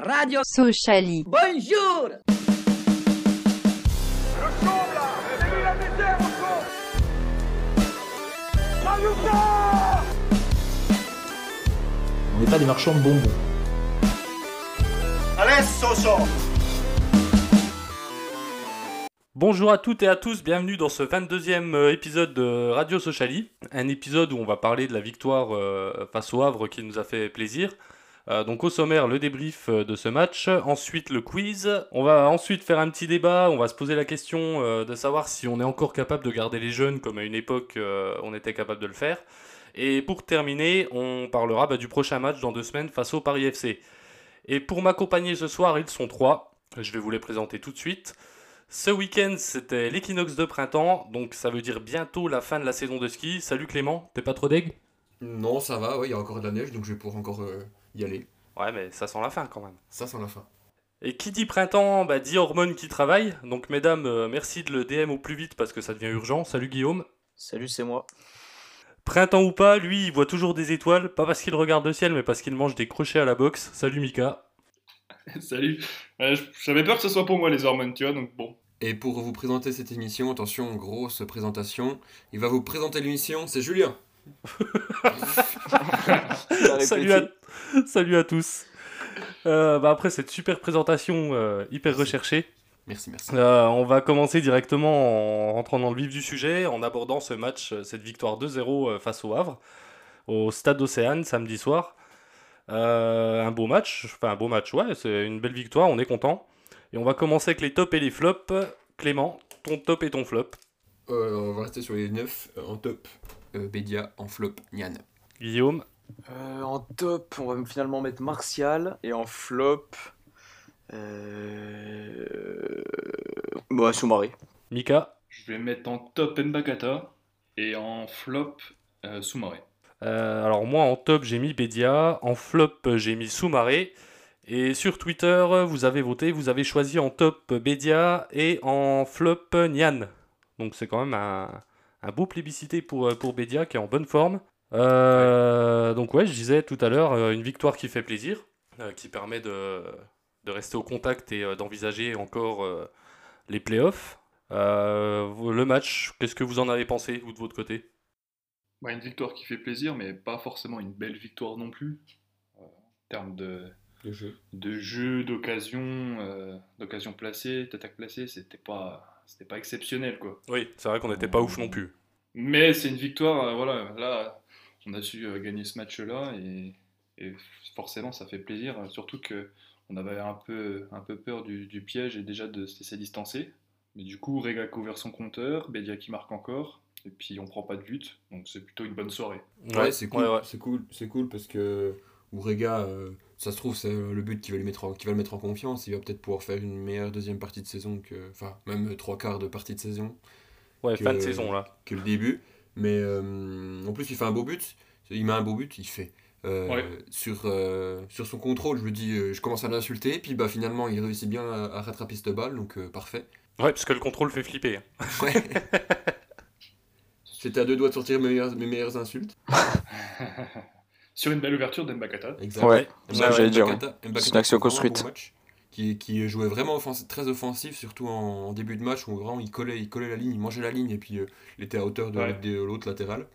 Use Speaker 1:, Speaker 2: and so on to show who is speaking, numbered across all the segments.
Speaker 1: Radio
Speaker 2: Sociali.
Speaker 1: Bonjour
Speaker 3: Le chauve là C'est lui la misère au fond Saluta
Speaker 4: On n'est pas des marchands de bonbons.
Speaker 3: Adesso so
Speaker 5: Bonjour à toutes et à tous, bienvenue dans ce 22e euh, épisode de Radio Sociali, un épisode où on va parler de la victoire euh, face au Havre qui nous a fait plaisir. Euh, donc au sommaire, le débrief euh, de ce match, ensuite le quiz, on va ensuite faire un petit débat, on va se poser la question euh, de savoir si on est encore capable de garder les jeunes comme à une époque euh, on était capable de le faire. Et pour terminer, on parlera bah, du prochain match dans deux semaines face au Paris FC. Et pour m'accompagner ce soir, ils sont trois, je vais vous les présenter tout de suite. Ce week-end, c'était l'équinoxe de printemps, donc ça veut dire bientôt la fin de la saison de ski. Salut Clément, t'es pas trop deg
Speaker 6: Non, ça va, ouais, il y a encore de la neige, donc je vais pouvoir encore euh, y aller.
Speaker 5: Ouais, mais ça sent la fin quand même.
Speaker 6: Ça, c'est la fin.
Speaker 5: Et qui dit printemps, bah, dit hormones qui travaillent. Donc mesdames, euh, merci de le DM au plus vite parce que ça devient urgent. Salut Guillaume.
Speaker 7: Salut, c'est moi.
Speaker 5: Printemps ou pas, lui, il voit toujours des étoiles, pas parce qu'il regarde le ciel, mais parce qu'il mange des crochets à la boxe. Salut Mika.
Speaker 8: Salut. Euh, je- J'avais peur que ce soit pour moi les hormones, tu vois, donc bon.
Speaker 6: Et pour vous présenter cette émission, attention, grosse présentation, il va vous présenter l'émission, c'est Julien.
Speaker 5: Salut à, salut à tous. Euh, bah, après cette super présentation euh, hyper recherchée,
Speaker 6: Merci, merci.
Speaker 5: Euh, on va commencer directement en rentrant dans le vif du sujet, en abordant ce match, euh, cette victoire 2-0 euh, face au Havre, au Stade Océane samedi soir. Euh, un beau match, enfin un beau match, ouais, c'est une belle victoire, on est content. Et on va commencer avec les tops et les flops. Clément, ton top et ton flop.
Speaker 6: Euh, on va rester sur les 9 en top. Euh, Bédia en flop, Nyan.
Speaker 5: Guillaume,
Speaker 7: Euh, en top, on va finalement mettre Martial. Et en flop. Euh... Bon, Soumaré.
Speaker 5: Mika,
Speaker 8: Je vais mettre en top Mbakata et en flop euh, Soumaré.
Speaker 5: Euh, alors moi en top j'ai mis Bedia, en flop euh, j'ai mis Soumaré et sur Twitter euh, vous avez voté, vous avez choisi en top euh, Bedia et en flop euh, Nian. Donc c'est quand même un, un beau plébiscité pour, euh, pour Bedia qui est en bonne forme. Euh, donc ouais je disais tout à l'heure euh, une victoire qui fait plaisir, euh, qui permet de, de rester au contact et euh, d'envisager encore euh, les playoffs. Euh, le match, qu'est-ce que vous en avez pensé vous de votre côté
Speaker 8: Ouais, Bah, une victoire qui fait plaisir, mais pas forcément une belle victoire non plus. Euh, en termes de,
Speaker 6: Le jeu.
Speaker 8: de jeu, d'occasion, euh, d'occasion placée, d'attaque placée, c'était pas, c'était pas exceptionnel quoi.
Speaker 5: Oui, c'est vrai qu'on n'était pas ouf non plus.
Speaker 8: Mais c'est une victoire, euh, voilà, là, on a su euh, gagner ce match-là et, et forcément ça fait plaisir, euh, surtout que on avait un peu, un peu peur du, du piège et déjà de se laisser distancer. Mais du coup, Rega couvert son compteur, Bedia qui marque encore, et puis on prend pas de but, donc c'est plutôt une bonne soirée.
Speaker 6: Ouais, c'est cool, c'est cool, c'est cool parce que Ourega, euh, ça se trouve, c'est le but qui va, lui mettre en, qui va le mettre en confiance. Il va peut-être pouvoir faire une meilleure deuxième partie de saison que. Enfin, même trois quarts de partie de saison
Speaker 5: Ouais,
Speaker 6: que-
Speaker 5: fin de saison là.
Speaker 6: que le début. Mais euh, en plus, il fait un beau but. Il met un beau but, il fait. Euh,
Speaker 8: Ouais.
Speaker 6: sur, euh, sur son contrôle, je me dis, euh, je commence à l'insulter, puis bah, finalement, il réussit bien à, à rattraper cette balle, donc euh, parfait.
Speaker 5: Ouais, parce que le contrôle fait flipper.
Speaker 6: Ouais. J'étais à deux doigts de sortir mes meilleures, mes meilleures insultes.
Speaker 8: Sur une belle ouverture d'Embakata.
Speaker 6: Exact.
Speaker 7: Ouais, c'est
Speaker 6: Mbappé-
Speaker 7: ça que j'allais dire,
Speaker 6: Mbakata- Mbakata
Speaker 7: C'est une action
Speaker 6: fait vraiment un
Speaker 7: construite.
Speaker 6: bon match, qui, qui jouait vraiment offensi- très offensif, surtout en, en début de match, où vraiment, il collait, il collait la ligne, il mangeait la ligne, et puis euh, il était à hauteur de,
Speaker 8: Ouais.
Speaker 6: de l'autre latéral.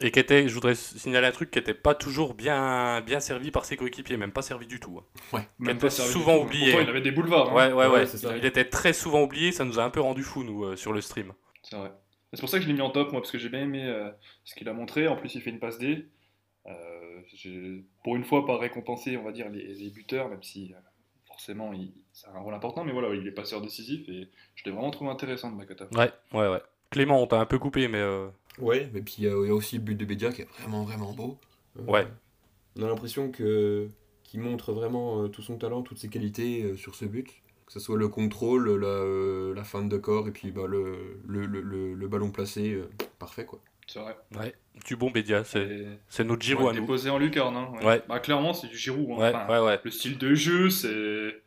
Speaker 5: Et qui était, je voudrais signaler un truc qui était pas toujours bien, bien servi par ses coéquipiers, même pas servi du tout. hein. Qui était
Speaker 8: servi du
Speaker 5: souvent
Speaker 8: tout.
Speaker 5: oublié.
Speaker 8: Pourtant, il avait des boulevards. hein.
Speaker 5: Ouais, ouais, ouais.
Speaker 6: ouais, c'est ça.
Speaker 5: Il était très souvent oublié, ça nous a un peu rendu fous, nous, euh, sur le stream.
Speaker 8: C'est vrai. Et C'est pour ça que je l'ai mis en top, moi, parce que j'ai bien aimé euh, ce qu'il a montré. En plus, il fait une passe D. Euh, j'ai- pour une fois, pas récompensé, on va dire, les, les buteurs, même si euh, forcément, il, ça a un rôle important. Mais voilà, il est passeur décisif et je l'ai vraiment trouvé intéressant de Makata.
Speaker 5: Ouais, ouais, ouais. Clément, on t'a un peu coupé, mais. euh,
Speaker 6: Ouais, mais puis il y, a- il y a aussi le but de Bédia qui est vraiment vraiment beau. Euh,
Speaker 5: Ouais.
Speaker 6: On a l'impression que qu'il montre vraiment euh, tout son talent, toutes ses qualités euh, sur ce but. Que ce soit le contrôle, la, euh, la feinte de corps et puis bah, le, le, le, le- le ballon placé, euh, parfait quoi.
Speaker 8: C'est vrai.
Speaker 5: Ouais, du bon Bédia, c'est
Speaker 8: Et-
Speaker 5: c'est notre Giroud
Speaker 8: ouais,
Speaker 5: à nous.
Speaker 8: déposé en lucarne. hein,
Speaker 5: Ouais.
Speaker 8: Bah, clairement, c'est du Giroud. hein.
Speaker 5: Ouais,
Speaker 8: Enfin,
Speaker 5: ouais, ouais.
Speaker 8: Le style de jeu, c'est.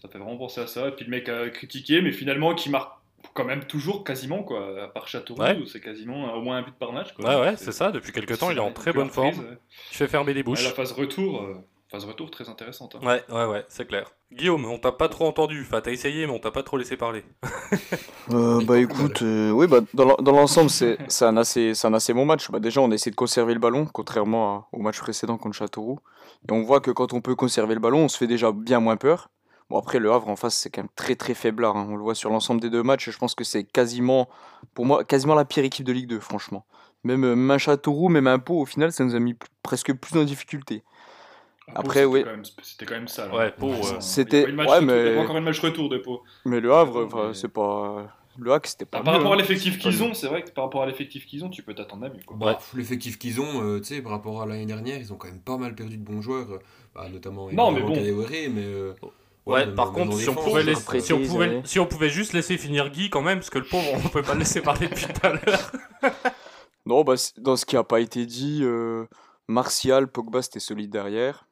Speaker 8: Ça fait vraiment penser à ça. Et puis le mec a critiqué, mais finalement, qui marque quand même toujours quasiment, quoi. À part Châteauroux,
Speaker 5: Ouais.
Speaker 8: où c'est quasiment euh, au moins un but par match, quoi. euh,
Speaker 5: Ouais, ouais, c'est ça. Depuis quelques temps, il est en très bonne forme.
Speaker 8: Ouais,
Speaker 5: Il fait fermer les
Speaker 8: la
Speaker 5: bouches.
Speaker 8: phase retour, euh, phase retour très intéressante. hein.
Speaker 5: Ouais, ouais, ouais, c'est clair. Guillaume, on t'a pas trop entendu. Enfin, t'as essayé, mais on t'a pas trop laissé parler.
Speaker 6: Il est pas
Speaker 1: bah
Speaker 6: mal.
Speaker 1: écoute, euh, oui, bah, dans l'en- dans l'ensemble, c'est c'est un, assez- c'est un assez bon match. Bah, déjà, on a essayé de conserver le ballon, contrairement à- au match précédent contre Châteauroux. Et on voit que quand on peut conserver le ballon, on se fait déjà bien moins peur. Bon, après, le Havre en face, c'est quand même très très faible. On le voit sur l'ensemble des deux matchs. Je pense que c'est quasiment, pour moi, quasiment la pire équipe de Ligue 2, franchement. Même, euh, même un Châteauroux, même un Pau, au final, ça nous a mis p- presque plus en difficulté.
Speaker 8: Ah, Pau,
Speaker 1: Après,
Speaker 8: c'était
Speaker 1: oui.
Speaker 8: quand même- C'était quand même sale.
Speaker 5: Ouais,
Speaker 8: hein.
Speaker 5: Pau,
Speaker 8: Ouais,
Speaker 5: euh,
Speaker 8: ça,
Speaker 1: c'était-
Speaker 8: il y a pas eu de match
Speaker 1: ouais,
Speaker 8: retour- il y a
Speaker 1: mais-
Speaker 8: pas encore eu de match retour de Pau.
Speaker 1: Mais le Havre,
Speaker 8: Attends,
Speaker 1: enfin,
Speaker 8: Ah, mais- Bah,
Speaker 1: c'est pas. Le Havre, c'était pas.
Speaker 8: Par
Speaker 1: mieux,
Speaker 8: rapport à
Speaker 1: hein.
Speaker 8: l'effectif
Speaker 1: C'est pas
Speaker 8: qu'ils
Speaker 1: mieux.
Speaker 8: ont, c'est vrai que par rapport à l'effectif qu'ils ont, tu peux t'attendre à mieux. quoi.
Speaker 5: Ouais.
Speaker 6: Pff, L'effectif qu'ils ont, euh, tu sais, par rapport à l'année dernière, ils ont quand même pas mal perdu de bons joueurs, euh, bah, notamment
Speaker 8: Non, mais
Speaker 6: évidemment
Speaker 8: bon.
Speaker 6: Kadewere, mais, euh,
Speaker 5: Ouais,
Speaker 6: même-
Speaker 5: par
Speaker 6: même
Speaker 5: contre,
Speaker 6: en
Speaker 5: si on,
Speaker 6: défense,
Speaker 5: pouvait
Speaker 6: hein.
Speaker 5: laisser-
Speaker 1: après,
Speaker 5: si, on
Speaker 1: ils
Speaker 5: pouvait,
Speaker 1: avaient-
Speaker 5: si on pouvait juste laisser finir Guy quand même, parce que le pauvre, on peut pas le laisser parler depuis tout à l'heure.
Speaker 1: Non, bah, c- dans ce qui n'a pas été dit, euh, Martial, Pogba, c'était solide derrière.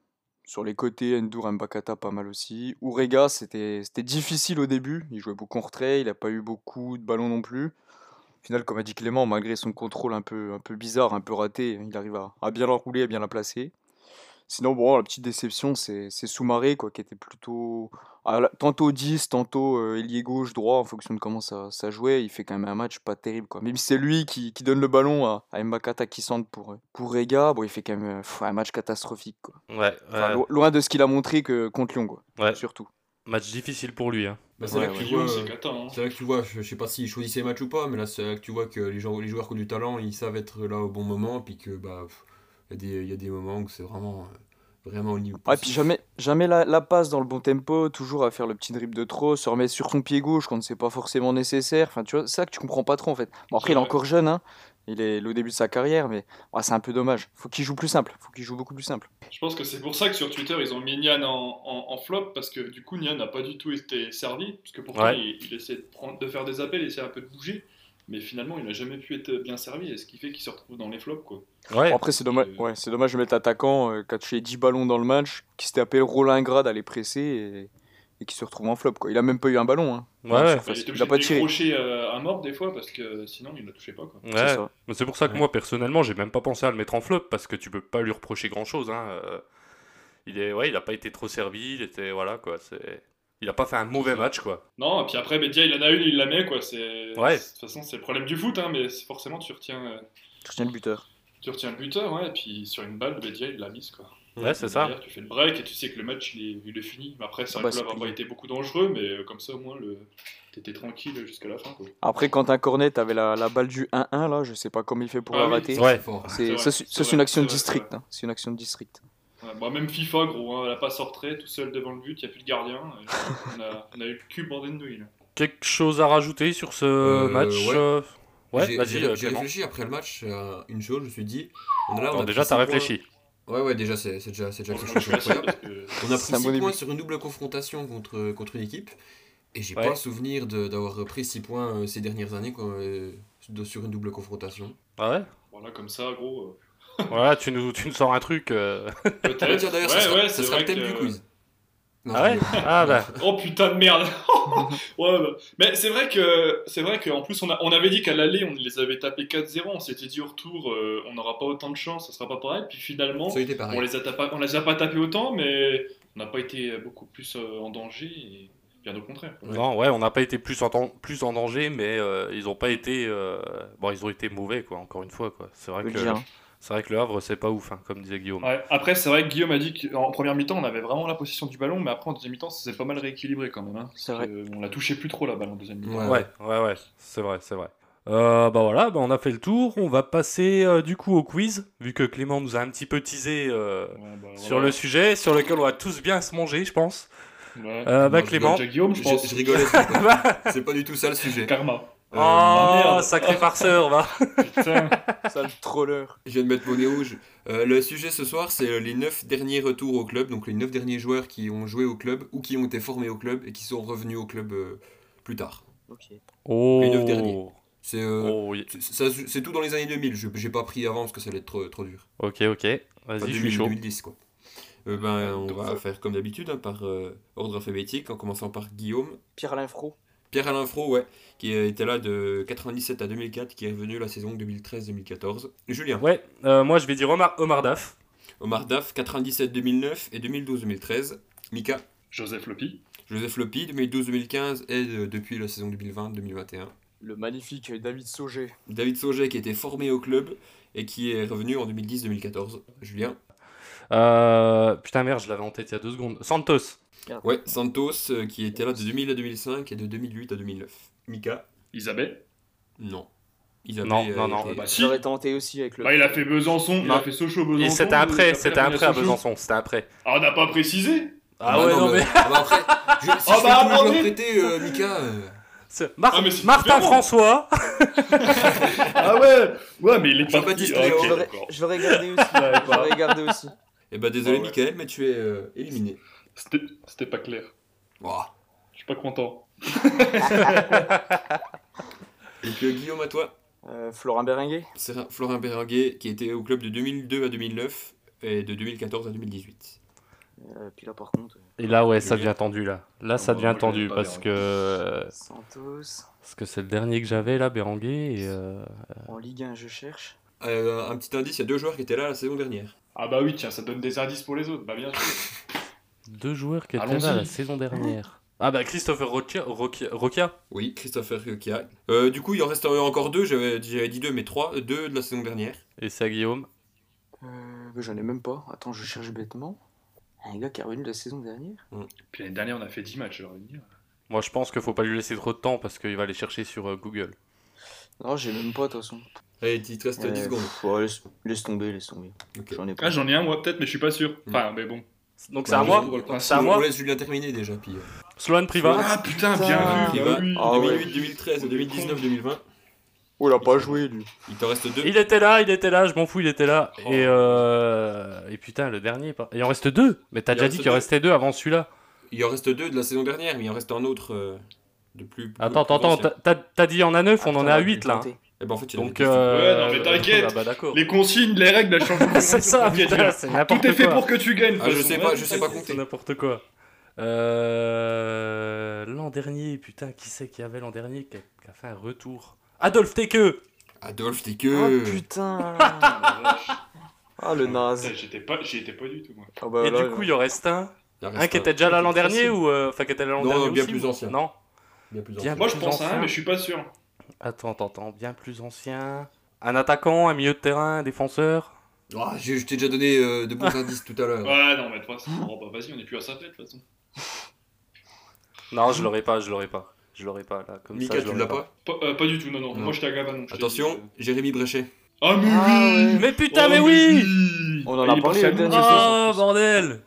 Speaker 1: Sur les côtés, Endur, Mbakata, pas mal aussi. Urega, c'était c'était difficile au début. Il jouait beaucoup en retrait, il n'a pas eu beaucoup de ballons non plus. Au final, comme a dit Clément, malgré son contrôle un peu, un peu bizarre, un peu raté, il arrive à, à bien l'enrouler, à bien la placer. Sinon, bon, la petite déception, c'est c'est Soumaré, quoi, qui était plutôt à la- Ah, tantôt 10, tantôt euh, ailier gauche, droit, en fonction de comment ça, ça jouait. Il fait quand même un match pas terrible, quoi. Même si c'est lui qui, qui donne le ballon à, à Mbakata qui centre pour, euh, pour Rega, bon, il fait quand même euh, pff, un match catastrophique, quoi.
Speaker 5: Ouais,
Speaker 1: Enfin, lo- loin de ce qu'il a montré que contre Lyon, quoi,
Speaker 5: Ouais.
Speaker 1: surtout.
Speaker 5: match difficile pour lui. hein.
Speaker 6: Bah, c'est
Speaker 1: Ouais,
Speaker 6: là que tu
Speaker 8: Guillaume,
Speaker 6: vois,
Speaker 8: c'est
Speaker 6: euh,
Speaker 8: éclatant, hein.
Speaker 6: C'est là que tu vois, je, je sais pas s'ils choisissaient match ou pas, mais là c'est là que tu vois que les, gens, les joueurs qui ont du talent, ils savent être là au bon moment, puis que bah pff, il y, a des- il y a des moments où c'est vraiment euh, vraiment au niveau.
Speaker 1: Ouais, Ah, puis jamais, jamais la, la passe dans le bon tempo, toujours à faire le petit dribble de trop, se remettre sur son pied gauche quand c'est pas forcément nécessaire. Enfin, tu vois, c'est ça que tu comprends pas trop en fait. Bon, après, il est
Speaker 8: Ouais.
Speaker 1: encore jeune, hein. Il est il est au début de sa carrière, mais ouais, c'est un peu dommage. Faut qu'il joue plus simple, faut qu'il joue beaucoup plus simple.
Speaker 8: Je pense que c'est pour ça que sur Twitter, ils ont mis Nian en, en- en flop, parce que du coup, Nian n'a pas du tout été servi, parce que pourtant,
Speaker 5: Ouais.
Speaker 8: il, il essaie de, prendre- de faire des appels, il essaie un peu de bouger, mais finalement, il n'a jamais pu être bien servi, et ce qui fait qu'il se retrouve dans les flops, quoi.
Speaker 5: Ouais,
Speaker 1: Bon, après, c'est dommage,
Speaker 8: euh,
Speaker 1: ouais, c'est dommage de mettre l'attaquant euh, qui a touché 10 ballons dans le match, qui s'était appelé le rôle ingrate à les presser et, et qui se retrouve en flop. Quoi. Il a même pas eu un ballon. Hein.
Speaker 5: ouais, ouais.
Speaker 1: Enfin,
Speaker 8: il est
Speaker 1: il
Speaker 8: obligé
Speaker 1: a pas
Speaker 8: de
Speaker 1: tiré. Mm.
Speaker 8: décrocher euh, à mort des fois, parce que sinon, il ne touchait pas, quoi.
Speaker 1: C'est
Speaker 5: ouais.
Speaker 1: ça.
Speaker 5: Mais c'est pour ça que
Speaker 6: Ouais.
Speaker 5: moi, personnellement, j'ai même pas pensé à le mettre en flop parce que tu peux pas lui reprocher grand chose. Il est, ouais, il a pas été trop servi. Il était, voilà quoi. C'est, il a pas fait un mauvais match quoi.
Speaker 8: Non, et puis après, Bedia, il en a une, il la met, quoi. C'est...
Speaker 5: Ouais.
Speaker 8: De toute façon, c'est le problème du foot, hein, mais c'est- forcément, tu retiens, euh,
Speaker 1: Je retiens le buteur.
Speaker 8: tu retiens le buteur, ouais, et puis sur une balle, Bedia, il l'a mise, quoi.
Speaker 5: Ouais, c'est ça.
Speaker 8: Derrière, tu fais le break et tu sais que le match il est, il est fini. Mais après, ça
Speaker 1: Ah bah,
Speaker 8: n'a
Speaker 1: c'est
Speaker 8: pas
Speaker 1: plié.
Speaker 8: été beaucoup dangereux, mais euh, comme ça au moins le... t'étais tranquille jusqu'à la fin. Quoi.
Speaker 1: Après, quand un cornet, t'avais la, la balle du 1-1, là, je sais pas comment il fait pour
Speaker 8: Ah
Speaker 1: la
Speaker 8: oui.
Speaker 1: rater.
Speaker 5: Ouais.
Speaker 6: fort.
Speaker 8: C'est
Speaker 1: C'est
Speaker 8: vrai,
Speaker 1: ça, c'est-
Speaker 8: c'est
Speaker 1: ça,
Speaker 8: vrai,
Speaker 1: c'est une action
Speaker 8: c'est
Speaker 1: de
Speaker 8: vrai,
Speaker 1: district. hein. C'est une action de district.
Speaker 8: Ouais, bon, même FIFA, gros, hein, la passe en retrait, tout seul devant le but, il n'y a plus de gardien. et on, a, on a eu le cul bordé de nouilles. là.
Speaker 5: Quelque chose à rajouter sur ce
Speaker 6: Euh,
Speaker 5: match
Speaker 6: ouais.
Speaker 5: euh, Ouais,
Speaker 6: J'ai-
Speaker 5: vas-y.
Speaker 6: j'ai
Speaker 5: euh,
Speaker 6: j'ai
Speaker 5: Clément.
Speaker 6: réfléchi après le match à une chose, je me suis dit, on est là, on
Speaker 5: Attends,
Speaker 6: a
Speaker 5: déjà,
Speaker 6: pris
Speaker 5: t'as
Speaker 6: six
Speaker 5: réfléchi.
Speaker 6: points. Ouais ouais, déjà c'est c'est déjà c'est déjà quelque
Speaker 8: Franchement, je
Speaker 6: chose
Speaker 8: suis assez,
Speaker 6: d'incroyable.
Speaker 8: parce que-
Speaker 6: On a pris
Speaker 1: C'est un
Speaker 6: 6
Speaker 1: bon
Speaker 6: points
Speaker 1: début.
Speaker 6: sur une double confrontation contre, contre une équipe. Et j'ai
Speaker 5: Ouais.
Speaker 6: pas le souvenir de- d'avoir pris 6 points euh, ces dernières années quoi, euh, de- sur une double confrontation.
Speaker 5: Ah ouais.
Speaker 8: Voilà, comme ça, gros.
Speaker 5: Voilà, tu nous, tu nous sors un truc. euh.
Speaker 8: euh, Peut-être.
Speaker 6: Ah bah tiens, d'ailleurs, ça
Speaker 8: Ouais,
Speaker 6: sera, ça
Speaker 8: ouais, c'est
Speaker 6: sera le
Speaker 8: vrai
Speaker 6: thème
Speaker 8: que-
Speaker 6: du quiz. Non,
Speaker 5: Ah ouais
Speaker 6: je rigole.
Speaker 5: Ah bah.
Speaker 8: Oh putain de merde. ouais, bah. Mais c'est vrai que c'est vrai qu'en plus on, a- on avait dit qu'à l'aller on les avait tapés 4-0, on s'était dit au retour euh, on n'aura pas autant de chance, ça sera pas pareil. Puis finalement
Speaker 6: Ça a été
Speaker 8: on
Speaker 6: pareil.
Speaker 8: les a tapés, on les a pas tapés autant, mais on n'a pas été beaucoup plus euh, en danger. Et... Bien au contraire. quoi.
Speaker 6: Ouais.
Speaker 5: Non, ouais, on n'a pas été plus en, dan- plus en danger, mais euh, ils ont pas été. euh, Bon, ils ont été mauvais, quoi, encore une fois, quoi. C'est vrai,
Speaker 1: Je veux
Speaker 5: que...
Speaker 1: dire. hein.
Speaker 5: c'est vrai que le Havre, c'est pas ouf, hein, comme disait Guillaume.
Speaker 8: Ouais, Après, c'est vrai que Guillaume a dit qu'en première mi-temps, on avait vraiment la possession du ballon, mais après en deuxième mi-temps, ça s'est pas mal rééquilibré quand même. hein.
Speaker 1: C'est vrai.
Speaker 8: Euh, on la touchait plus trop la balle en deuxième mi-temps.
Speaker 6: Ouais.
Speaker 5: Ouais, ouais, ouais, c'est vrai, c'est vrai. Euh, bah voilà, bah on a fait le tour. On va passer euh, du coup au quiz, vu que Clément nous a un petit peu teasé euh,
Speaker 8: Ouais, bah,
Speaker 5: sur
Speaker 8: voilà.
Speaker 5: le sujet, sur lequel on va tous bien se manger, je pense.
Speaker 8: Ouais.
Speaker 5: Euh, bah
Speaker 6: Non, je
Speaker 5: Clément.
Speaker 8: Déjà Guillaume, je
Speaker 6: Je,
Speaker 8: pense.
Speaker 6: je rigolais, c'est
Speaker 5: Bah.
Speaker 6: pas, c'est pas du tout ça le sujet.
Speaker 8: Karma.
Speaker 6: Euh,
Speaker 5: oh,
Speaker 8: merde.
Speaker 5: sacré farceur, va.
Speaker 8: Putain.
Speaker 1: Sale troller.
Speaker 6: Je viens de mettre mon nez rouge. Euh, le sujet ce soir, c'est euh, les 9 derniers retours au club, donc les 9 derniers joueurs qui ont joué au club ou qui ont été formés au club et qui sont revenus au club euh, plus tard. Les neuf derniers.
Speaker 5: Oh,
Speaker 6: C'est euh,
Speaker 5: oh oui.
Speaker 6: c'est- ça- c'est tout dans les années 2000. Je j'ai pas pris avant parce que ça allait être trop, trop dur.
Speaker 5: Ok, ok.
Speaker 6: Enfin,
Speaker 5: Vas-y, je
Speaker 6: 2000,
Speaker 5: suis chaud.
Speaker 6: 2010 quoi. Euh, ben, on
Speaker 8: Donc,
Speaker 6: va faire comme d'habitude hein, par euh, ordre alphabétique en commençant par Guillaume.
Speaker 1: Pierre Linfro.
Speaker 6: Pierre-Alain Fro, ouais, qui euh, était là de 97 à 2004, qui est revenu la saison 2013-2014. Julien.
Speaker 5: Ouais, euh, moi je vais dire Omar, Omar Daf.
Speaker 6: Omar Daf, 97-2009 et 2012-2013. Mika,
Speaker 8: Joseph Lopi.
Speaker 6: Joseph Lopi, 2012-2015 et euh, depuis la saison 2020-2021.
Speaker 1: Le magnifique David Sauger.
Speaker 6: David Sauger qui était formé au club et qui est revenu en 2010-2014. Julien
Speaker 5: Euh, putain, merde, je l'avais en tête il y a deux secondes. Santos.
Speaker 6: Ouais, Santos euh, qui était là de 2000 à 2005 et de 2008 à 2009. Mika
Speaker 8: Isabelle.
Speaker 6: Non. Isabelle,
Speaker 5: Non, non,
Speaker 6: euh,
Speaker 5: non.
Speaker 6: était-
Speaker 8: Bah, si.
Speaker 7: J'aurais tenté aussi avec le.
Speaker 8: Bah, il a fait Besançon, il
Speaker 5: Non.
Speaker 8: a fait Sochaux-Besançon.
Speaker 5: Et c'était
Speaker 8: il a
Speaker 5: après,
Speaker 8: fait
Speaker 5: c'était après à
Speaker 8: Sochaux.
Speaker 5: Besançon, c'était après.
Speaker 8: Ah, on n'a pas précisé
Speaker 5: Ah
Speaker 6: bah
Speaker 5: ouais, non,
Speaker 6: le-
Speaker 5: mais.
Speaker 6: Ah bah après, je, si je
Speaker 8: Ah bah,
Speaker 6: fais tout le
Speaker 8: attendez.
Speaker 6: joueur prêté, euh, Mika. euh,
Speaker 5: c'est- Mar-
Speaker 8: Ah, mais c'est
Speaker 5: Martin
Speaker 8: super bon.
Speaker 5: François.
Speaker 8: Ah ouais Ouais, mais il est parti.
Speaker 6: Jean-Baptiste
Speaker 8: Ah,
Speaker 6: Léo.
Speaker 8: ok,
Speaker 7: Je l'aurais-
Speaker 8: d'accord.
Speaker 7: Je vais regarder aussi. Je vais regarder aussi.
Speaker 6: Eh bah désolé,
Speaker 8: Ah ouais.
Speaker 6: Michael, mais tu es euh, éliminé.
Speaker 8: C'était c'était pas clair.
Speaker 6: Ouah.
Speaker 8: Je suis pas content.
Speaker 6: Donc euh, Guillaume, à toi.
Speaker 7: Euh, Florent Berenguer
Speaker 6: C'est Ra- Florin Berger qui était au club de 2002 à 2009 et de 2014 à 2018.
Speaker 7: Euh, Puis là, par contre,
Speaker 5: Et là, ouais, ça
Speaker 8: Oui.
Speaker 5: devient tendu, là. Là, ça
Speaker 8: Ah, moi,
Speaker 5: devient
Speaker 8: je
Speaker 5: tendu
Speaker 8: l'avais pas
Speaker 5: parce
Speaker 8: bien,
Speaker 5: que.
Speaker 7: Santos.
Speaker 5: Parce que c'est le dernier que j'avais, là, Béranguer. Et, euh,
Speaker 7: En Ligue 1, je cherche.
Speaker 6: Euh, un petit indice, il y a deux joueurs qui étaient là la saison dernière.
Speaker 8: Ah bah oui, tiens, ça donne des indices pour les autres. Bah bien sûr.
Speaker 5: Deux joueurs qui étaient
Speaker 8: Allons-y.
Speaker 5: là la saison dernière. Ah bah Christopher Roca, Roca- Roca.
Speaker 6: Oui, Christopher Kia. Euh, du coup, il en reste encore deux, j'avais j'avais dit deux, mais trois, euh, deux de la saison dernière.
Speaker 5: et c'est à Guillaume.
Speaker 7: Euh, bah, J'en ai même pas. Attends, je cherche bêtement. Un gars qui est revenu la saison dernière
Speaker 8: Puis l'année dernière, on a fait 10 matchs, j'ai envie de dire.
Speaker 5: Moi je pense qu'il faut pas lui laisser trop de temps parce qu'il va aller chercher sur euh, Google.
Speaker 7: Non, j'ai même pas, de toute façon.
Speaker 6: Allez, il te reste
Speaker 7: Euh,
Speaker 6: 10 secondes.
Speaker 7: pff, ouais, laisse, laisse tomber, laisse tomber.
Speaker 6: Ok.
Speaker 7: J'en ai pas.
Speaker 8: Ah, j'en ai un, moi, peut-être, mais je suis pas sûr. Enfin, mais bon.
Speaker 5: Donc
Speaker 6: Bah,
Speaker 5: c'est à
Speaker 6: on
Speaker 5: moi
Speaker 6: laisse-
Speaker 8: pour le principe,
Speaker 5: C'est à
Speaker 6: on- On
Speaker 5: moi
Speaker 6: laisse Julien terminer déjà. Puis, euh,
Speaker 5: Sloan Priva
Speaker 8: Ah putain,
Speaker 7: Putain.
Speaker 8: bien vu.
Speaker 6: Priva,
Speaker 8: bah oui.
Speaker 7: Ah ouais.
Speaker 6: 2008, 2013, 2019, 2020.
Speaker 1: Oh, il a pas joué, lui.
Speaker 6: Il t'en reste deux.
Speaker 5: Il était là, il était là, je m'en fous, il était là.
Speaker 8: Oh.
Speaker 5: Et, euh... et putain, le dernier. par- Il en reste deux Mais t'as
Speaker 6: Il en
Speaker 5: déjà
Speaker 6: reste
Speaker 5: dit qu'il
Speaker 6: deux.
Speaker 5: en restait deux avant celui-là.
Speaker 6: Il en reste deux de la saison dernière, mais il en reste un autre euh, de plus. plus-
Speaker 5: Attends,
Speaker 6: plus
Speaker 5: attends, attends,
Speaker 6: ancien.
Speaker 5: t'as- t'as t'as dit il y en a neuf, on en est à
Speaker 7: Attends,
Speaker 5: huit
Speaker 7: je
Speaker 5: là.
Speaker 7: vais
Speaker 5: hein.
Speaker 7: tenter.
Speaker 6: Eh ben, en fait, il en
Speaker 5: Donc.
Speaker 6: reste deux.
Speaker 5: euh,
Speaker 8: Ouais, non, mais t'inquiète.
Speaker 5: Ah bah d'accord.
Speaker 8: Les consignes, les règles, elles changent. beaucoup.
Speaker 5: C'est ça,
Speaker 8: Ok, tu
Speaker 5: putain,
Speaker 8: vois.
Speaker 5: c'est n'importe
Speaker 8: Tout
Speaker 5: quoi.
Speaker 8: est fait pour que tu gagnes. de
Speaker 6: Ah, je
Speaker 8: toute
Speaker 6: sais
Speaker 8: façon.
Speaker 6: pas, je sais pas
Speaker 5: C'est
Speaker 6: compter.
Speaker 5: n'importe quoi. Euh, L'an dernier, putain, qui c'est qui avait l'an dernier qui a, qui a fait un retour Adolphe Teke
Speaker 6: Adolphe, t'es
Speaker 5: Oh,
Speaker 7: Ah
Speaker 1: Oh,
Speaker 6: que.
Speaker 7: putain
Speaker 8: Ah, la vache.
Speaker 7: Ah le naze
Speaker 8: Putain, J'étais pas, j'y étais pas du tout, moi.
Speaker 1: Ah bah
Speaker 5: Et
Speaker 1: là,
Speaker 5: du coup, il en reste un.
Speaker 6: Il en reste euh,
Speaker 5: Un Ah, qui
Speaker 6: un.
Speaker 5: était déjà là l'an
Speaker 6: Facile.
Speaker 5: dernier ou. euh, Enfin, qui était là l'an
Speaker 6: Non,
Speaker 5: dernier.
Speaker 6: bien
Speaker 5: aussi,
Speaker 6: plus
Speaker 5: ou-
Speaker 6: ancien.
Speaker 5: Non
Speaker 6: Il y a plus
Speaker 5: Bien.
Speaker 6: ancien.
Speaker 8: Moi, je pense à
Speaker 5: ancien.
Speaker 8: un, mais je suis pas sûr.
Speaker 5: Attends, attends, attends. Bien plus ancien. Un attaquant, un milieu de terrain, un défenseur.
Speaker 6: Ah, je je t'ai déjà donné euh, de bons indices tout à l'heure.
Speaker 8: Ouais, non, mais de toute façon, bon, bah, vas-y, on est plus à sa tête, de toute façon.
Speaker 5: Non, je l'aurais pas, je l'aurais pas. Je l'aurais pas là. Comme ça,
Speaker 6: Mika,
Speaker 5: je
Speaker 6: tu
Speaker 5: l'aurais
Speaker 6: l'as pas
Speaker 8: Pas, euh, pas du tout, non, non.
Speaker 6: Non.
Speaker 8: Moi, j'étais à Gavanon. je t'ai dit,
Speaker 6: Attention, Jérémy Bréchet.
Speaker 8: euh. Ah, mais
Speaker 7: Ah,
Speaker 8: oui
Speaker 7: ouais.
Speaker 5: Mais putain,
Speaker 8: Oh,
Speaker 5: mais oui
Speaker 1: On en a
Speaker 8: Il est
Speaker 1: parlé,
Speaker 8: parti à
Speaker 1: le dernier.
Speaker 8: Londres.
Speaker 5: Oh, bordel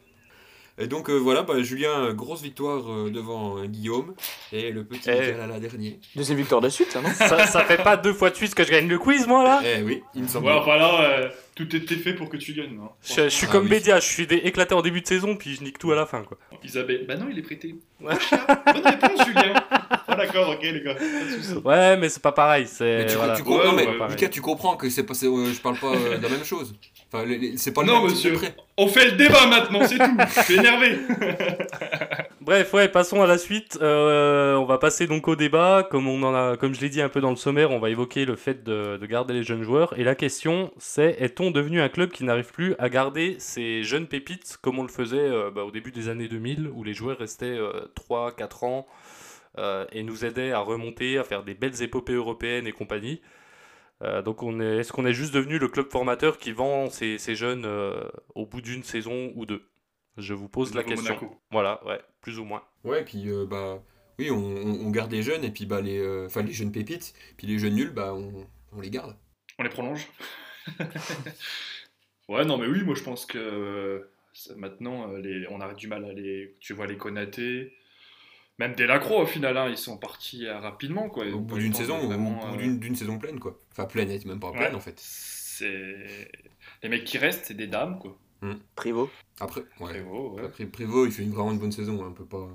Speaker 6: Et donc euh, voilà, bah, Julien, euh, grosse victoire euh, devant euh, Guillaume. Et le petit
Speaker 5: Eh.
Speaker 6: Mika là, la dernière.
Speaker 7: Deuxième victoire de suite, ça, non
Speaker 5: ça, ça fait pas deux fois de suite que je gagne le quiz, moi là
Speaker 6: Eh oui, il me semble.
Speaker 8: Ouais, enfin là, euh, tout était fait pour que tu gagnes. hein.
Speaker 5: Je, je suis
Speaker 6: Ah
Speaker 5: comme
Speaker 6: oui.
Speaker 5: Bédia, je suis dé- éclaté en début de saison, puis je nique tout à la fin, quoi.
Speaker 8: Isabelle, bah non, il est prêté. Oh, chien. Bonne réponse, Julien. Ah, d'accord, ok, les gars.
Speaker 5: Ouais, mais c'est pas pareil, c'est...
Speaker 6: Mais tu,
Speaker 5: euh, voilà.
Speaker 6: tu comprends,
Speaker 8: Ouais,
Speaker 6: mais
Speaker 8: ouais,
Speaker 5: pareil.
Speaker 6: Mika, tu comprends que c'est pas, c'est- euh, je parle pas euh, de la même chose. Enfin, les- les- c'est pas le
Speaker 8: Non,
Speaker 6: même type
Speaker 8: monsieur.
Speaker 6: de prêt.
Speaker 8: On fait le débat maintenant, c'est tout. Je suis énervé.
Speaker 5: Bref, ouais, passons à la suite. Euh, on va passer donc au débat. Comme, on en a, comme je l'ai dit un peu dans le sommaire, on va évoquer le fait de, de garder les jeunes joueurs. Et la question, c'est est-on devenu un club qui n'arrive plus à garder ses jeunes pépites comme on le faisait euh, bah, au début des années 2000, où les joueurs restaient 3-4 ans euh, et nous aidaient à remonter, à faire des belles épopées européennes et compagnie Euh, donc on est, est-ce qu'on est juste devenu le club formateur qui vend ses, ses jeunes euh, au bout d'une saison ou deux Je vous pose la
Speaker 8: Nouveau
Speaker 5: question.
Speaker 8: Monaco.
Speaker 5: Voilà, ouais, plus ou moins.
Speaker 6: Ouais, puis euh, bah oui, on, on- on garde les jeunes et puis bah les, euh, enfin les jeunes pépites, puis les jeunes nuls, bah on, on les garde.
Speaker 8: On les prolonge. ouais, non, mais oui, moi je pense que euh, ça- maintenant, euh, les- on a du mal à les. Tu vois, les Konaté, même des Lacroix au final, hein, ils sont partis euh, rapidement. Quoi.
Speaker 6: Au
Speaker 8: Ils ont
Speaker 6: bout
Speaker 8: pas eu
Speaker 6: d'une
Speaker 8: le temps de
Speaker 6: saison, ou au
Speaker 8: vraiment,
Speaker 6: bout
Speaker 8: euh,
Speaker 6: d'une- d'une saison pleine quoi. Enfin pleine, elle est même pas pleine
Speaker 8: Ouais.
Speaker 6: en fait.
Speaker 8: C'est. Les mecs qui restent, c'est des dames, quoi.
Speaker 7: Privo.
Speaker 6: Après, ouais.
Speaker 8: Prévost, ouais.
Speaker 6: Après Prévost, il fait une- vraiment une bonne saison, hein, on peut pas, on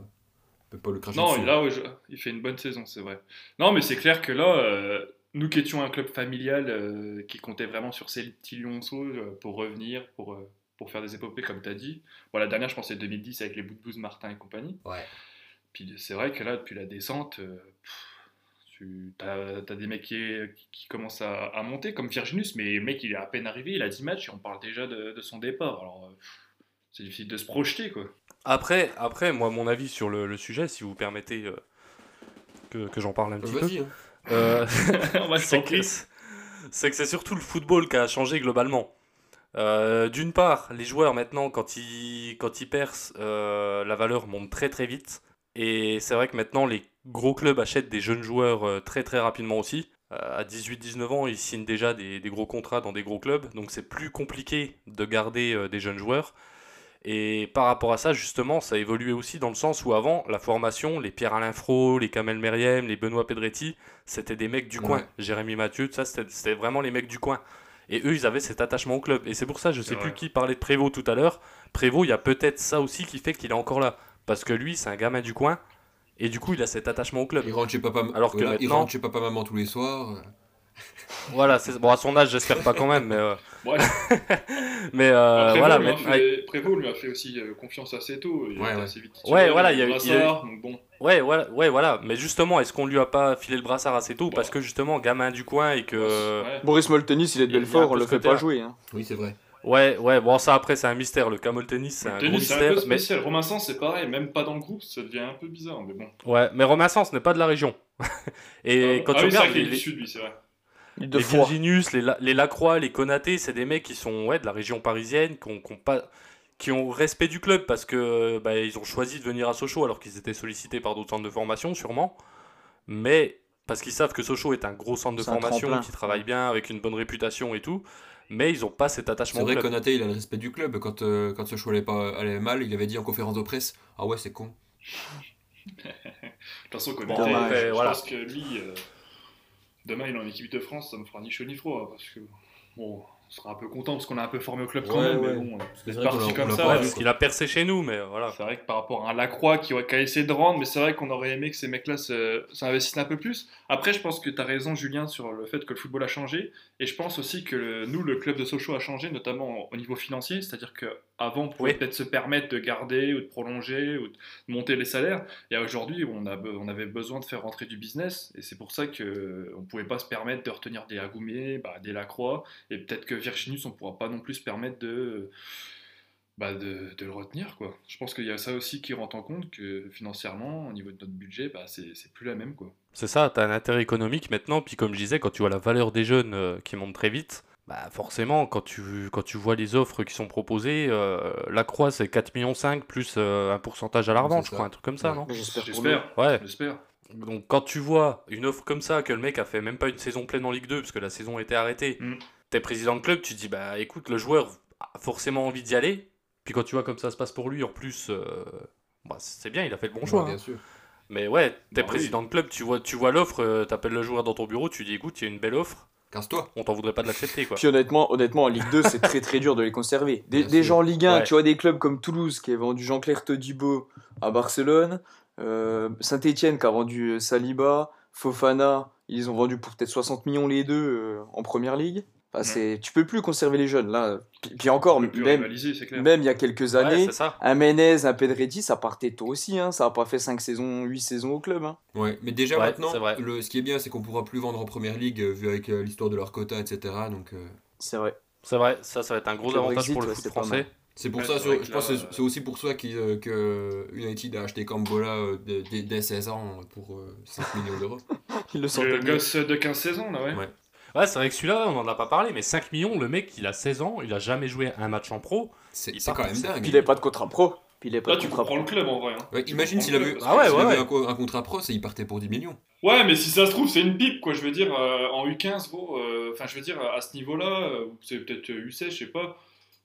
Speaker 6: peut pas le cracher
Speaker 8: Non,
Speaker 6: dessus. hein.
Speaker 8: là, ouais, je- il fait une bonne saison, c'est vrai. Non, mais c'est clair que là, euh, nous qui étions un club familial euh, qui comptait vraiment sur ces petits lionceaux euh, pour revenir, pour, euh, pour faire des épopées, comme tu as dit. Bon, la dernière, je pense, c'est 2010 avec les bouts de Martin et compagnie.
Speaker 6: Ouais.
Speaker 8: Puis c'est vrai que là, depuis la descente, euh, pff, Tu as, des mecs qui, qui commencent à, à monter, comme Virginus, mais le mec, il est à peine arrivé, il a 10 matchs et on parle déjà de, de son départ. Alors, euh, pff, c'est difficile de se projeter, quoi.
Speaker 5: Après, après, moi, mon avis sur le, le sujet, si vous permettez euh, que, que j'en parle un petit peu.
Speaker 6: Vas-y, hein.
Speaker 5: Euh,
Speaker 8: on va
Speaker 5: c'est que c'est que c'est surtout le football qui a changé globalement. Euh, D'une part, les joueurs maintenant, quand ils, quand ils percent, euh, la valeur monte très très vite. Et c'est vrai que maintenant, les gros clubs achètent des jeunes joueurs euh, très très rapidement aussi. Euh, à 18-19 ans, ils signent déjà des, des gros contrats dans des gros clubs. Donc c'est plus compliqué de garder euh, des jeunes joueurs. Et par rapport à ça, justement, ça a évolué aussi dans le sens où avant, la formation, les Pierre-Alain Fro, les Kamel Meriem, les Benoît Pedretti, c'était des mecs du
Speaker 6: Ouais.
Speaker 5: coin. Jérémy Mathieu, tout ça, c'était c'était vraiment les mecs du coin. Et eux, ils avaient cet attachement au club. Et c'est pour ça, je sais
Speaker 8: Ouais.
Speaker 5: plus qui parlait de Prévost tout à l'heure. Prévost, il y a peut-être ça aussi qui fait qu'il est encore là. Parce que lui, c'est un gamin du coin. Et du coup, il a cet attachement au club.
Speaker 6: Il rentre chez papa,
Speaker 5: Alors que
Speaker 6: il
Speaker 5: maintenant-
Speaker 6: rentre chez papa maman tous les soirs. euh.
Speaker 5: Voilà, c'est bon à son âge, j'espère pas quand même, mais euh,
Speaker 8: Ouais.
Speaker 5: mais euh,
Speaker 8: Prévost,
Speaker 5: voilà,
Speaker 8: lui a
Speaker 5: mais- ouais,
Speaker 8: fait- Prévost lui a fait aussi euh, confiance assez tôt. Il
Speaker 6: Ouais,
Speaker 8: a été
Speaker 6: ouais.
Speaker 8: assez vite
Speaker 5: Ouais,
Speaker 8: titulaire,
Speaker 5: voilà,
Speaker 8: il y a eu
Speaker 5: il y a eu-
Speaker 8: Brassard, donc bon.
Speaker 5: ouais, voilà, ouais, voilà. Mais justement, est-ce qu'on lui a pas filé le brassard assez tôt
Speaker 8: Bah.
Speaker 5: parce que justement, gamin du coin et que
Speaker 8: ouais.
Speaker 1: Boris Moltenis, il est de
Speaker 5: Il y a un
Speaker 1: Belfort,
Speaker 5: peu
Speaker 1: on le
Speaker 5: ce
Speaker 1: fait
Speaker 5: côté-là.
Speaker 1: pas jouer. hein.
Speaker 6: Oui, c'est vrai.
Speaker 5: ouais, ouais. Bon, ça après, c'est un mystère. Le camel tennis, c'est un gros
Speaker 8: Tennis, c'est un
Speaker 5: mystère.
Speaker 8: peu
Speaker 5: Mais
Speaker 8: spécial. Romain Sans, c'est pareil, même pas dans le groupe, ça devient un peu bizarre, mais bon.
Speaker 5: ouais, mais Romain Sans n'est pas de la région. et
Speaker 8: Ah,
Speaker 5: quand
Speaker 8: ah
Speaker 5: tu
Speaker 8: oui, c'est
Speaker 5: regardes
Speaker 8: vrai qu'il est
Speaker 5: les-
Speaker 8: du sud, lui, c'est vrai.
Speaker 1: Il de
Speaker 5: les
Speaker 1: foi.
Speaker 5: Virginius, les, La- les Lacroix, les Konaté, c'est des mecs qui sont ouais, de la région parisienne, qui ont, qui ont pas, qui ont respect du club parce que bah, ils ont choisi de venir à Sochaux alors qu'ils étaient sollicités par d'autres centres de formation sûrement, mais parce qu'ils savent que Sochaux est un gros centre de
Speaker 1: C'est un
Speaker 5: formation
Speaker 1: tremplin.
Speaker 5: qui travaille bien avec une bonne réputation et tout, mais ils n'ont pas cet
Speaker 6: C'est
Speaker 5: attachement au
Speaker 6: vrai que
Speaker 5: club.
Speaker 6: Konaté, il a le respect du club. Quand, euh, quand ce choix allait, pas, allait mal, il avait dit en conférence de presse Ah ouais, c'est con.
Speaker 8: De toute façon, Konaté,
Speaker 1: Bon,
Speaker 8: je-
Speaker 5: après,
Speaker 8: je
Speaker 5: voilà.
Speaker 8: pense que lui, euh, demain, il est en équipe de France, ça me fera ni chaud ni froid, hein, parce que, bon, on sera un peu content parce qu'on a un peu formé au club quand
Speaker 6: Ouais,
Speaker 8: même,
Speaker 6: ouais.
Speaker 8: mais bon, euh,
Speaker 6: C'est
Speaker 8: vrai qu'on l'a- on l'a
Speaker 5: Ouais,
Speaker 8: pas
Speaker 5: parce qu'il a percé chez nous, mais euh, voilà.
Speaker 8: c'est vrai que par rapport à un Lacroix qui aurait qu'à essayer de rendre, mais c'est vrai qu'on aurait aimé que ces mecs-là se- s'investissent un peu plus. Après, je pense que tu as raison, Julien, sur le fait que le football a changé. Et je pense aussi que le- nous, le club de Sochaux a changé, notamment au niveau financier. C'est-à-dire qu'avant, on pouvait
Speaker 5: Oui.
Speaker 8: peut-être se permettre de garder ou de prolonger ou de monter les salaires. Et aujourd'hui, on, a be- on avait besoin de faire rentrer du business. Et c'est pour ça qu'on ne pouvait pas se permettre de retenir des Agoumier, bah, des Lacroix. Et peut-être que Virginus, on ne pourra pas non plus se permettre de bah, de, de le retenir quoi. Je pense qu'il y a ça aussi qui rentre en compte que financièrement, au niveau de notre budget, bah, c'est c'est plus la même quoi.
Speaker 5: C'est ça, t'as un intérêt économique maintenant, puis comme je disais, quand tu vois la valeur des jeunes euh, qui monte très vite, bah forcément, quand tu, quand tu vois les offres qui sont proposées, euh, la croix c'est 4,5 millions plus euh, un pourcentage à la
Speaker 6: C'est
Speaker 5: revente, je
Speaker 6: ça.
Speaker 5: crois, un truc comme ça,
Speaker 6: Ouais.
Speaker 5: non
Speaker 7: Mais J'espère pour lui.
Speaker 8: J'espère,
Speaker 5: Ouais,
Speaker 8: j'espère.
Speaker 5: donc quand tu vois une offre comme ça, que le mec a fait même pas une saison pleine en Ligue 2, parce que la saison a été arrêtée,
Speaker 8: Mm.
Speaker 5: t'es président de club, tu te dis, bah écoute, le joueur a forcément envie d'y aller, puis quand tu vois comme ça se passe pour lui, en plus, euh, bah, c'est bien, il a fait le bon choix. hein.
Speaker 6: Bien sûr.
Speaker 5: Mais ouais, t'es
Speaker 8: Bah oui.
Speaker 5: président de club, tu vois, tu vois l'offre, euh, t'appelles le joueur dans ton bureau, tu dis écoute, il y a une belle offre,
Speaker 6: Casse-toi.
Speaker 5: on t'en voudrait pas de l'accepter quoi.
Speaker 1: Puis honnêtement, honnêtement, en Ligue 2, c'est très très dur de les conserver. Des,
Speaker 6: Bien
Speaker 1: des
Speaker 6: sûr.
Speaker 1: gens en Ligue 1,
Speaker 5: Ouais.
Speaker 1: tu vois des clubs comme Toulouse qui a vendu Jean-Claire Todibo à Barcelone, Saint-Etienne qui a vendu euh, Saliba, Fofana, ils ont vendu pour peut-être 60 millions les deux euh, en première ligue. Enfin, c'est, tu peux plus conserver les jeunes là. Puis, puis encore,
Speaker 8: On peut plus
Speaker 1: même,
Speaker 8: rivaliser, c'est clair.
Speaker 1: même il y a quelques
Speaker 5: Ouais,
Speaker 1: années,
Speaker 5: c'est ça.
Speaker 1: un Menez, un Pedretti, ça partait tôt aussi. hein. Ça n'a pas fait 5 saisons, 8 saisons au club. hein.
Speaker 6: Ouais, mais déjà
Speaker 5: Ouais,
Speaker 6: maintenant,
Speaker 5: c'est vrai.
Speaker 6: le, ce qui est bien, c'est qu'on pourra plus vendre en première ligue, euh, vu avec euh, l'histoire de leur quota, etc. Donc, euh,
Speaker 1: C'est vrai.
Speaker 5: C'est vrai, ça, ça va être un gros
Speaker 1: Le
Speaker 5: avantage
Speaker 1: Brexit,
Speaker 5: pour le
Speaker 1: ouais,
Speaker 5: foot
Speaker 1: c'est pas mal.
Speaker 5: français.
Speaker 6: c'est pour
Speaker 8: Ouais,
Speaker 6: ça,
Speaker 8: c'est vrai
Speaker 6: je
Speaker 8: que
Speaker 6: pense que
Speaker 8: là,
Speaker 6: c'est- c'est aussi pour ça qu'ils, euh, que United a acheté Cambola euh, dès- dès, dès 16 ans pour euh, 5 millions d'euros.
Speaker 1: Ils le
Speaker 8: Le
Speaker 1: sentent bien.
Speaker 8: gosse de 15 saisons là, ouais.
Speaker 6: Ouais.
Speaker 5: Ouais, c'est vrai que celui-là, on en a pas parlé, mais 5 millions, le mec, il a 16 ans, il a jamais joué un match en pro.
Speaker 6: C'est
Speaker 5: Il
Speaker 6: c'est
Speaker 5: part
Speaker 6: quand
Speaker 5: pour
Speaker 6: même
Speaker 5: ça.
Speaker 6: dingue.
Speaker 1: Puis il n'avait pas de contrat pro. Puis il n'avait pas
Speaker 8: Là,
Speaker 1: de
Speaker 8: tu
Speaker 1: contrat pro.
Speaker 8: comprends le club en vrai. hein.
Speaker 6: Ouais,
Speaker 8: Tu
Speaker 6: imagine
Speaker 8: comprends
Speaker 6: s'il
Speaker 8: le
Speaker 6: avait,
Speaker 8: club,
Speaker 5: Ah
Speaker 8: parce que
Speaker 5: ouais,
Speaker 6: s'il
Speaker 8: c'est-
Speaker 6: avait un, co- un contrat pro, c'est- il partait pour 10 millions.
Speaker 8: Ouais, mais si ça se trouve, c'est une pipe quoi. Je veux dire, euh, en U15, gros, euh, enfin, je veux dire, à ce niveau-là, euh, c'est peut-être euh, U16, je sais pas.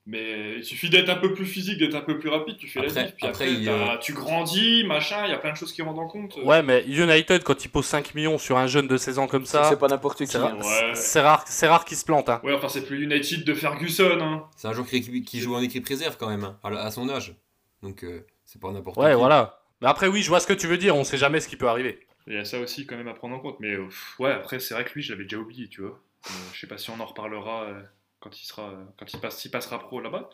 Speaker 8: Mais il suffit d'être un peu plus physique, d'être un peu plus rapide, tu fais la
Speaker 6: Après-
Speaker 8: diff, puis
Speaker 6: après,
Speaker 8: après,
Speaker 6: il,
Speaker 8: t'as- tu grandis, machin, il y a plein de choses qui rentrent en compte.
Speaker 5: Ouais, mais United, quand il pose 5 millions sur un jeune de 16 ans comme
Speaker 1: C'est
Speaker 5: ça,
Speaker 1: pas n'importe qui.
Speaker 5: c'est ra-
Speaker 1: hein.
Speaker 8: Ouais.
Speaker 5: c'est rare, c'est rare qu'il se plante. Hein.
Speaker 8: Ouais, enfin, c'est plus United de Ferguson, hein.
Speaker 6: C'est un joueur qui, qui joue en équipe réserve quand même, hein, à, la- à son âge. Donc, euh, c'est pas n'importe
Speaker 5: Ouais,
Speaker 6: qui.
Speaker 5: voilà. Mais après, oui, je vois ce que tu veux dire, on sait jamais ce qui peut arriver.
Speaker 8: Il y a ça aussi quand même à prendre en compte. Mais euh, pff, ouais, après, c'est vrai que lui, je l'avais déjà oublié, tu vois. Euh, je sais pas si on en reparlera euh, quand il sera, quand il passe, s'il passera pro là-bas.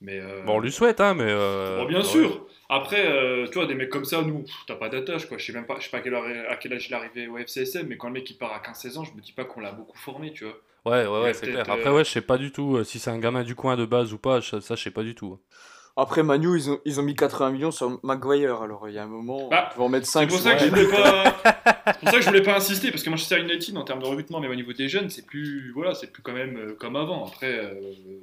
Speaker 8: Mais euh,
Speaker 5: Bon, on lui souhaite, hein, mais. euh,
Speaker 8: bon, bien
Speaker 5: ouais.
Speaker 8: sûr. Après, euh, tu vois, des mecs comme ça, nous, pff, t'as pas d'attache, quoi. Je sais même pas, je sais pas à quelle heure- à quel âge il est arrivé au FCSM, mais quand le mec il part à 15-16 ans, je me dis pas qu'on l'a beaucoup formé, tu vois.
Speaker 5: Ouais, ouais,
Speaker 8: Il
Speaker 5: ouais,
Speaker 8: a
Speaker 5: c'est
Speaker 8: peut-être,
Speaker 5: clair. Après,
Speaker 8: euh,
Speaker 5: ouais, je sais pas du tout euh, si c'est un gamin du coin de base ou pas, je- ça, je sais pas du tout. hein.
Speaker 1: Après, Manu, ils ont, ils ont mis 80 millions sur Maguire, alors il y a un moment,
Speaker 8: Bah,
Speaker 1: ils vont en mettre
Speaker 8: C'est
Speaker 1: 5
Speaker 8: pour
Speaker 1: sur
Speaker 8: ça que je
Speaker 1: elle.
Speaker 8: voulais pas. c'est pour ça que je voulais pas insister parce que Manchester United en termes de recrutement, même au niveau des jeunes, c'est plus voilà, c'est plus quand même euh, comme avant. Après, euh,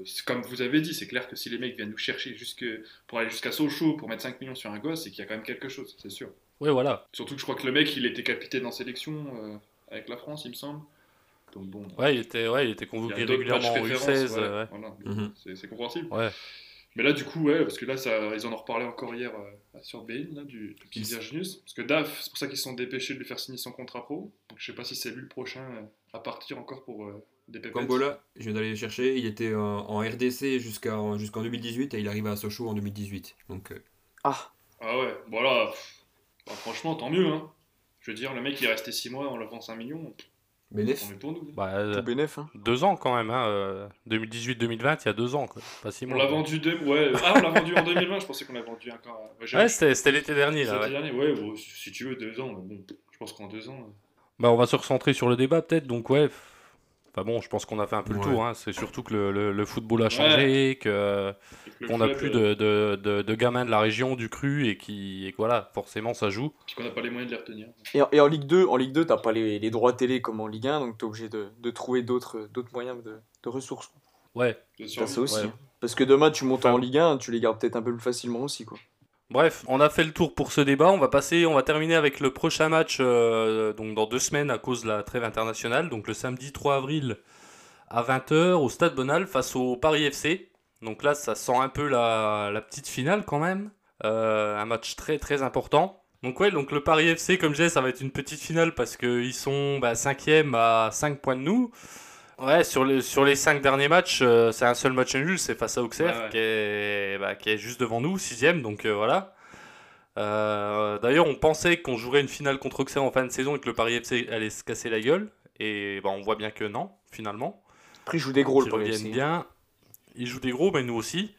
Speaker 8: c'est comme vous avez dit, c'est clair que si les mecs viennent nous chercher jusque pour aller jusqu'à Sochaux pour mettre 5 millions sur un gosse, c'est qu'il y a quand même quelque chose, c'est sûr.
Speaker 5: Ouais, voilà.
Speaker 8: Surtout que je crois que le mec, il était capitaine en sélection euh, avec la France, il me semble. Donc bon.
Speaker 5: Ouais, il était, ouais, il était
Speaker 8: il y a
Speaker 5: convoqué
Speaker 8: d'autres matchs
Speaker 5: régulièrement en
Speaker 8: références,
Speaker 5: U16.
Speaker 8: voilà,
Speaker 5: euh, ouais.
Speaker 8: voilà.
Speaker 6: Mhm.
Speaker 8: C'est- C'est compréhensible.
Speaker 5: Ouais.
Speaker 8: Mais là, du coup, ouais, parce que là, ça, ils en ont reparlé encore hier euh, sur BN, là, du, du petit
Speaker 6: Ils-
Speaker 8: Virginius. Parce que DAF, c'est pour ça qu'ils se sont dépêchés de lui faire signer son contrat pro. Donc, je sais pas si c'est lui le prochain euh, à partir encore pour euh, des pépettes.
Speaker 6: Kambola, je viens d'aller le chercher, il était en, en RDC jusqu'à- jusqu'en 2018 et il arrive à Sochaux en 2018. Donc, euh,
Speaker 7: Ah,
Speaker 8: Ah ouais, voilà. pff, bah, franchement, tant mieux. Hein. Je veux dire, le mec, il est resté 6 mois, on le vend 5 millions. Tant
Speaker 6: bénéf.
Speaker 8: mieux pour nous.
Speaker 5: Bah, euh,
Speaker 1: Tout bénef, hein.
Speaker 5: deux ans quand même, hein. euh, 2018-2020, il y a deux ans, quoi. Pas si
Speaker 8: On
Speaker 5: mois.
Speaker 8: l'a
Speaker 5: quoi.
Speaker 8: vendu deux... ouais. Ah, on l'a vendu en 2020, je pensais qu'on l'a vendu encore. euh, Ouais, j'ai-
Speaker 5: Ouais, c'était c'était l'été dernier, là.
Speaker 8: C'était
Speaker 5: ouais.
Speaker 8: l'année, ouais, bon, si si tu veux, deux ans. mais Bon, je pense qu'en deux ans. euh,
Speaker 5: Bah, on va se recentrer sur le débat peut-être, donc ouais. pff. Enfin bon, je pense qu'on a fait un peu le
Speaker 6: Ouais.
Speaker 5: tour. hein. C'est surtout que le, le- le football a changé, que euh,
Speaker 8: avec le
Speaker 5: qu'on n'a
Speaker 8: club,
Speaker 5: plus de,
Speaker 8: euh,
Speaker 5: de- de- de gamins de la région, du cru, et qui et que voilà, forcément ça joue.
Speaker 8: Puis qu'on n'a pas les moyens de les retenir.
Speaker 1: Et, en- et en Ligue 2, en Ligue 2, t'as pas les, les droits télé comme en Ligue 1, donc t'es obligé de, de trouver d'autres d'autres moyens de, de ressources.
Speaker 5: Ouais.
Speaker 8: De
Speaker 1: T'as ça aussi.
Speaker 5: ouais.
Speaker 1: hein. Parce que demain, tu montes en Ligue 1, tu les gardes peut-être un peu plus facilement aussi, quoi.
Speaker 5: Bref, on a fait le tour pour ce débat. On va passer, on va terminer avec le prochain match euh, donc dans deux semaines à cause de la trêve internationale. Donc le samedi 3 avril à 20h au Stade Bonal face au Paris FC. Donc là, ça sent un peu la, la petite finale quand même. Euh, un match très très important. Donc ouais, donc le Paris FC, comme je disais, ça va être une petite finale parce qu'ils sont bah, 5e à 5 points de nous. Ouais, sur, le- sur les 5 derniers matchs, euh, c'est un seul match nul, c'est face à Auxerre
Speaker 8: Ouais, ouais.
Speaker 5: Qui, est, bah, qui est juste devant nous, 6e, donc euh, voilà. Euh, D'ailleurs, on pensait qu'on jouerait une finale contre Auxerre en fin de saison et que le Paris FC allait se casser la gueule. Et bah, on voit bien que non, finalement.
Speaker 1: Après, ils jouent des gros, le
Speaker 5: Ils
Speaker 1: Paris
Speaker 5: reviennent
Speaker 1: FC.
Speaker 5: bien. Ils jouent des gros, mais nous aussi.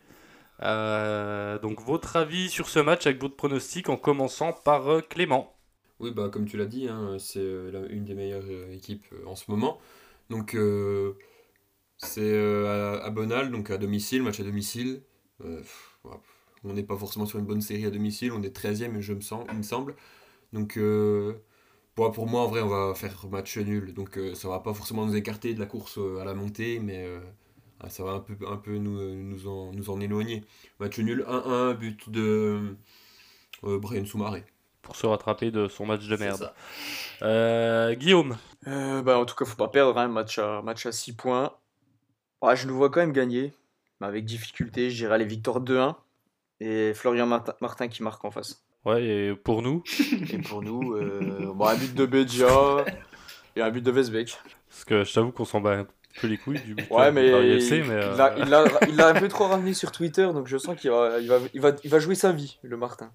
Speaker 5: Euh, donc votre avis sur ce match avec votre pronostic en commençant par euh, Clément.
Speaker 6: Oui, bah, comme tu l'as dit, hein, c'est euh, la- une des meilleures euh, équipes euh, en ce moment. Donc, euh, c'est euh, à, à Bonal, donc à domicile, match à domicile. Euh, pff, ouais, pff, on n'est pas forcément sur une bonne série à domicile, on est 13ème, je me sens, il me semble. Donc, euh, bon, pour moi, en vrai, on va faire match nul. Donc, euh, ça va pas forcément nous écarter de la course euh, à la montée, mais euh, ah, ça va un peu, un peu nous, euh, nous, en, nous en éloigner. Match nul 1-1, but de euh, Brian Soumaré.
Speaker 5: Pour se rattraper de son match de
Speaker 6: C'est
Speaker 5: merde.
Speaker 6: ça.
Speaker 5: Euh, Guillaume,
Speaker 1: Euh, bah, en tout cas, faut pas perdre, hein, match à, match à 6 points. Ouais, je nous vois quand même gagner, mais avec difficulté, je dirais les victoires 2-1. Et Florian Martin, Martin qui marque en face.
Speaker 5: ouais, et pour nous,
Speaker 1: Et pour nous, euh, bon, un but de Bedia et un but de Vesbeck.
Speaker 5: parce que je t'avoue qu'on s'en bat un peu les couilles du but, euh,
Speaker 1: Ouais,
Speaker 5: du
Speaker 1: mais,
Speaker 5: Paris
Speaker 1: il-
Speaker 5: FC, mais, euh,
Speaker 1: il l'a- il l'a il l'a un peu trop ramené sur Twitter, donc je sens qu'il va, il va, il va, il va jouer sa vie, le Martin.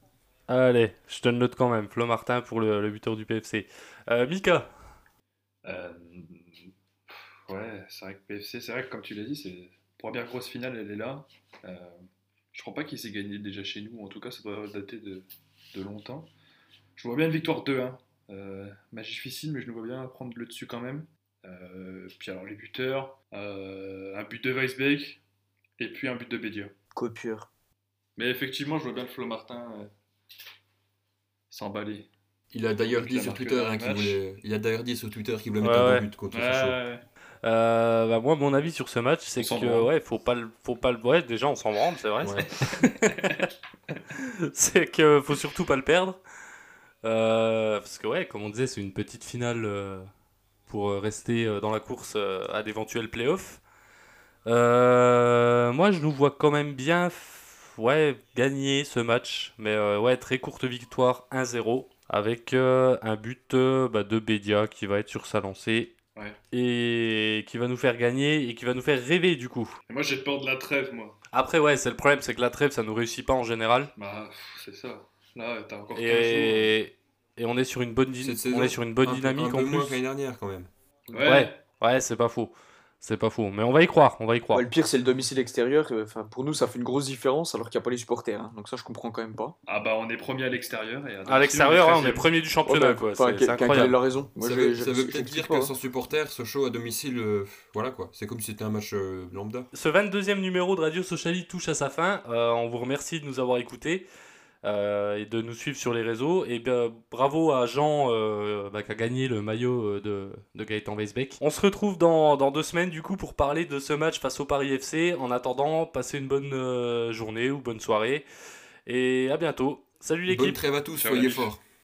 Speaker 5: allez, je te le note quand même. Flo Martin pour le, le buteur du PFC. Euh, Mika,
Speaker 8: Euh, ouais, c'est vrai que PFC, c'est vrai que comme tu l'as dit, c'est première grosse finale, elle est là. Euh, je crois pas qu'il s'est gagné déjà chez nous, en tout cas, ça doit dater de, de longtemps. Je vois bien une victoire 2-1. Euh, match difficile, mais je nous vois bien prendre le dessus quand même. Euh, puis alors les buteurs, euh, un but de Weisbeck et puis un but de Bédia.
Speaker 7: copure.
Speaker 8: Mais effectivement, je vois bien le Flo Martin euh, s'emballer.
Speaker 6: Il a d'ailleurs
Speaker 8: Donc,
Speaker 6: dit
Speaker 8: la
Speaker 6: sur
Speaker 8: marque
Speaker 6: Twitter
Speaker 8: dans la
Speaker 6: hein, qu'il
Speaker 8: vache.
Speaker 6: voulait. Il a d'ailleurs dit sur Twitter qu'il voulait
Speaker 5: Ouais,
Speaker 6: mettre un
Speaker 5: ouais.
Speaker 6: bon but contre
Speaker 8: Ouais,
Speaker 6: Sochaux.
Speaker 8: ouais.
Speaker 5: Euh, bah, moi mon avis sur ce match, c'est
Speaker 8: On s'en
Speaker 5: que
Speaker 8: branle.
Speaker 5: ouais, faut pas le, faut pas le, ouais, déjà on s'en branle, c'est vrai.
Speaker 6: Ouais.
Speaker 5: c'est que faut surtout pas le perdre. Euh, parce que ouais, comme on disait, c'est une petite finale euh, pour euh, rester euh, dans la course euh, à d'éventuels playoffs. Euh, moi, je nous vois quand même bien f- ouais, gagner ce match. Mais euh, ouais, très courte victoire 1-0 avec euh, un but euh, bah, de Bedia qui va être sur sa lancée.
Speaker 8: Ouais.
Speaker 5: Et qui va nous faire gagner et qui va nous faire rêver du coup.
Speaker 8: Et moi, j'ai peur de la trêve, moi.
Speaker 5: Après, ouais, c'est le problème, c'est que la trêve, ça nous réussit pas en général.
Speaker 8: Bah, pff, c'est ça. Là, t'as encore 15 jours.
Speaker 5: Et, et on est sur une bonne, dy-
Speaker 6: hein. Cette saison,
Speaker 5: on est sur une bonne
Speaker 6: Un peu-
Speaker 5: dynamique
Speaker 6: un peu
Speaker 5: en
Speaker 6: moins que
Speaker 5: plus.
Speaker 6: l'année dernière quand même.
Speaker 8: Ouais.
Speaker 5: Ouais, ouais, c'est pas faux. C'est pas fou, mais on va y croire, on va y croire.
Speaker 1: Ouais, le pire, c'est le domicile extérieur. euh, Enfin, pour nous, ça fait une grosse différence alors qu'il n'y a pas les supporters. hein. Donc ça, je comprends quand même pas.
Speaker 8: Ah bah on est premier à l'extérieur. et
Speaker 5: À l'extérieur, hein, on est
Speaker 8: premier.
Speaker 6: Oh,
Speaker 5: premier du championnat,
Speaker 1: Ouais, bah,
Speaker 5: quoi.
Speaker 1: enfin,
Speaker 5: C'est
Speaker 1: quel-
Speaker 5: c'est
Speaker 1: quel- Quelle est
Speaker 5: incroyable.
Speaker 1: la raison Moi,
Speaker 6: ça
Speaker 1: je-
Speaker 6: veut,
Speaker 1: je-
Speaker 6: ça
Speaker 1: je
Speaker 6: veut
Speaker 1: comprends
Speaker 6: peut-être dire
Speaker 1: pas,
Speaker 6: que
Speaker 1: hein.
Speaker 6: sans supporter, ce show à domicile, euh, voilà quoi. C'est comme si c'était un match euh, lambda.
Speaker 5: Ce 22e numéro de Radio Sociali touche à sa fin. Euh, on vous remercie de nous avoir écoutés euh, et de nous suivre sur les réseaux. Et bien, bravo à Jean euh, bah, qui a gagné le maillot euh, de, de Gaëtan Weisbeck. On se retrouve dans, dans deux semaines du coup pour parler de ce match face au Paris FC. En attendant, passez une bonne euh, journée ou bonne soirée. Et à bientôt. Salut
Speaker 6: Bonne
Speaker 5: l'équipe.
Speaker 6: trêve à tous,
Speaker 8: Ciao,
Speaker 6: soyez
Speaker 8: la
Speaker 6: forts.